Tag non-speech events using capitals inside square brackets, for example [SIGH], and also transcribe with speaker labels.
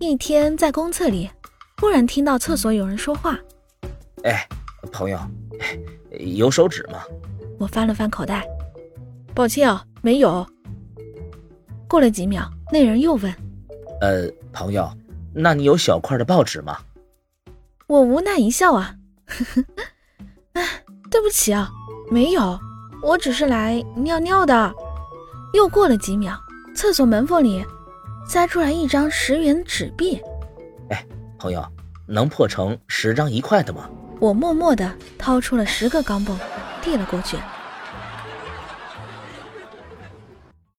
Speaker 1: 一天在公厕里，忽然听到厕所有人说话，
Speaker 2: 哎，朋友， [LAUGHS] 哎有手纸吗？
Speaker 1: 我翻了翻口袋，抱歉哦，没有。过了几秒，那人又问
Speaker 2: 呃，朋友，那你有小块的报纸吗？
Speaker 1: 我，无奈一笑啊， [LAUGHS] 哎，对不起啊，没有，我只是来尿尿的。又过了几秒，厕所门缝里塞出来一张十元纸币，
Speaker 2: 朋友，能破成十张一块的吗？
Speaker 1: 我默默地掏出了十个钢镚，递了过去。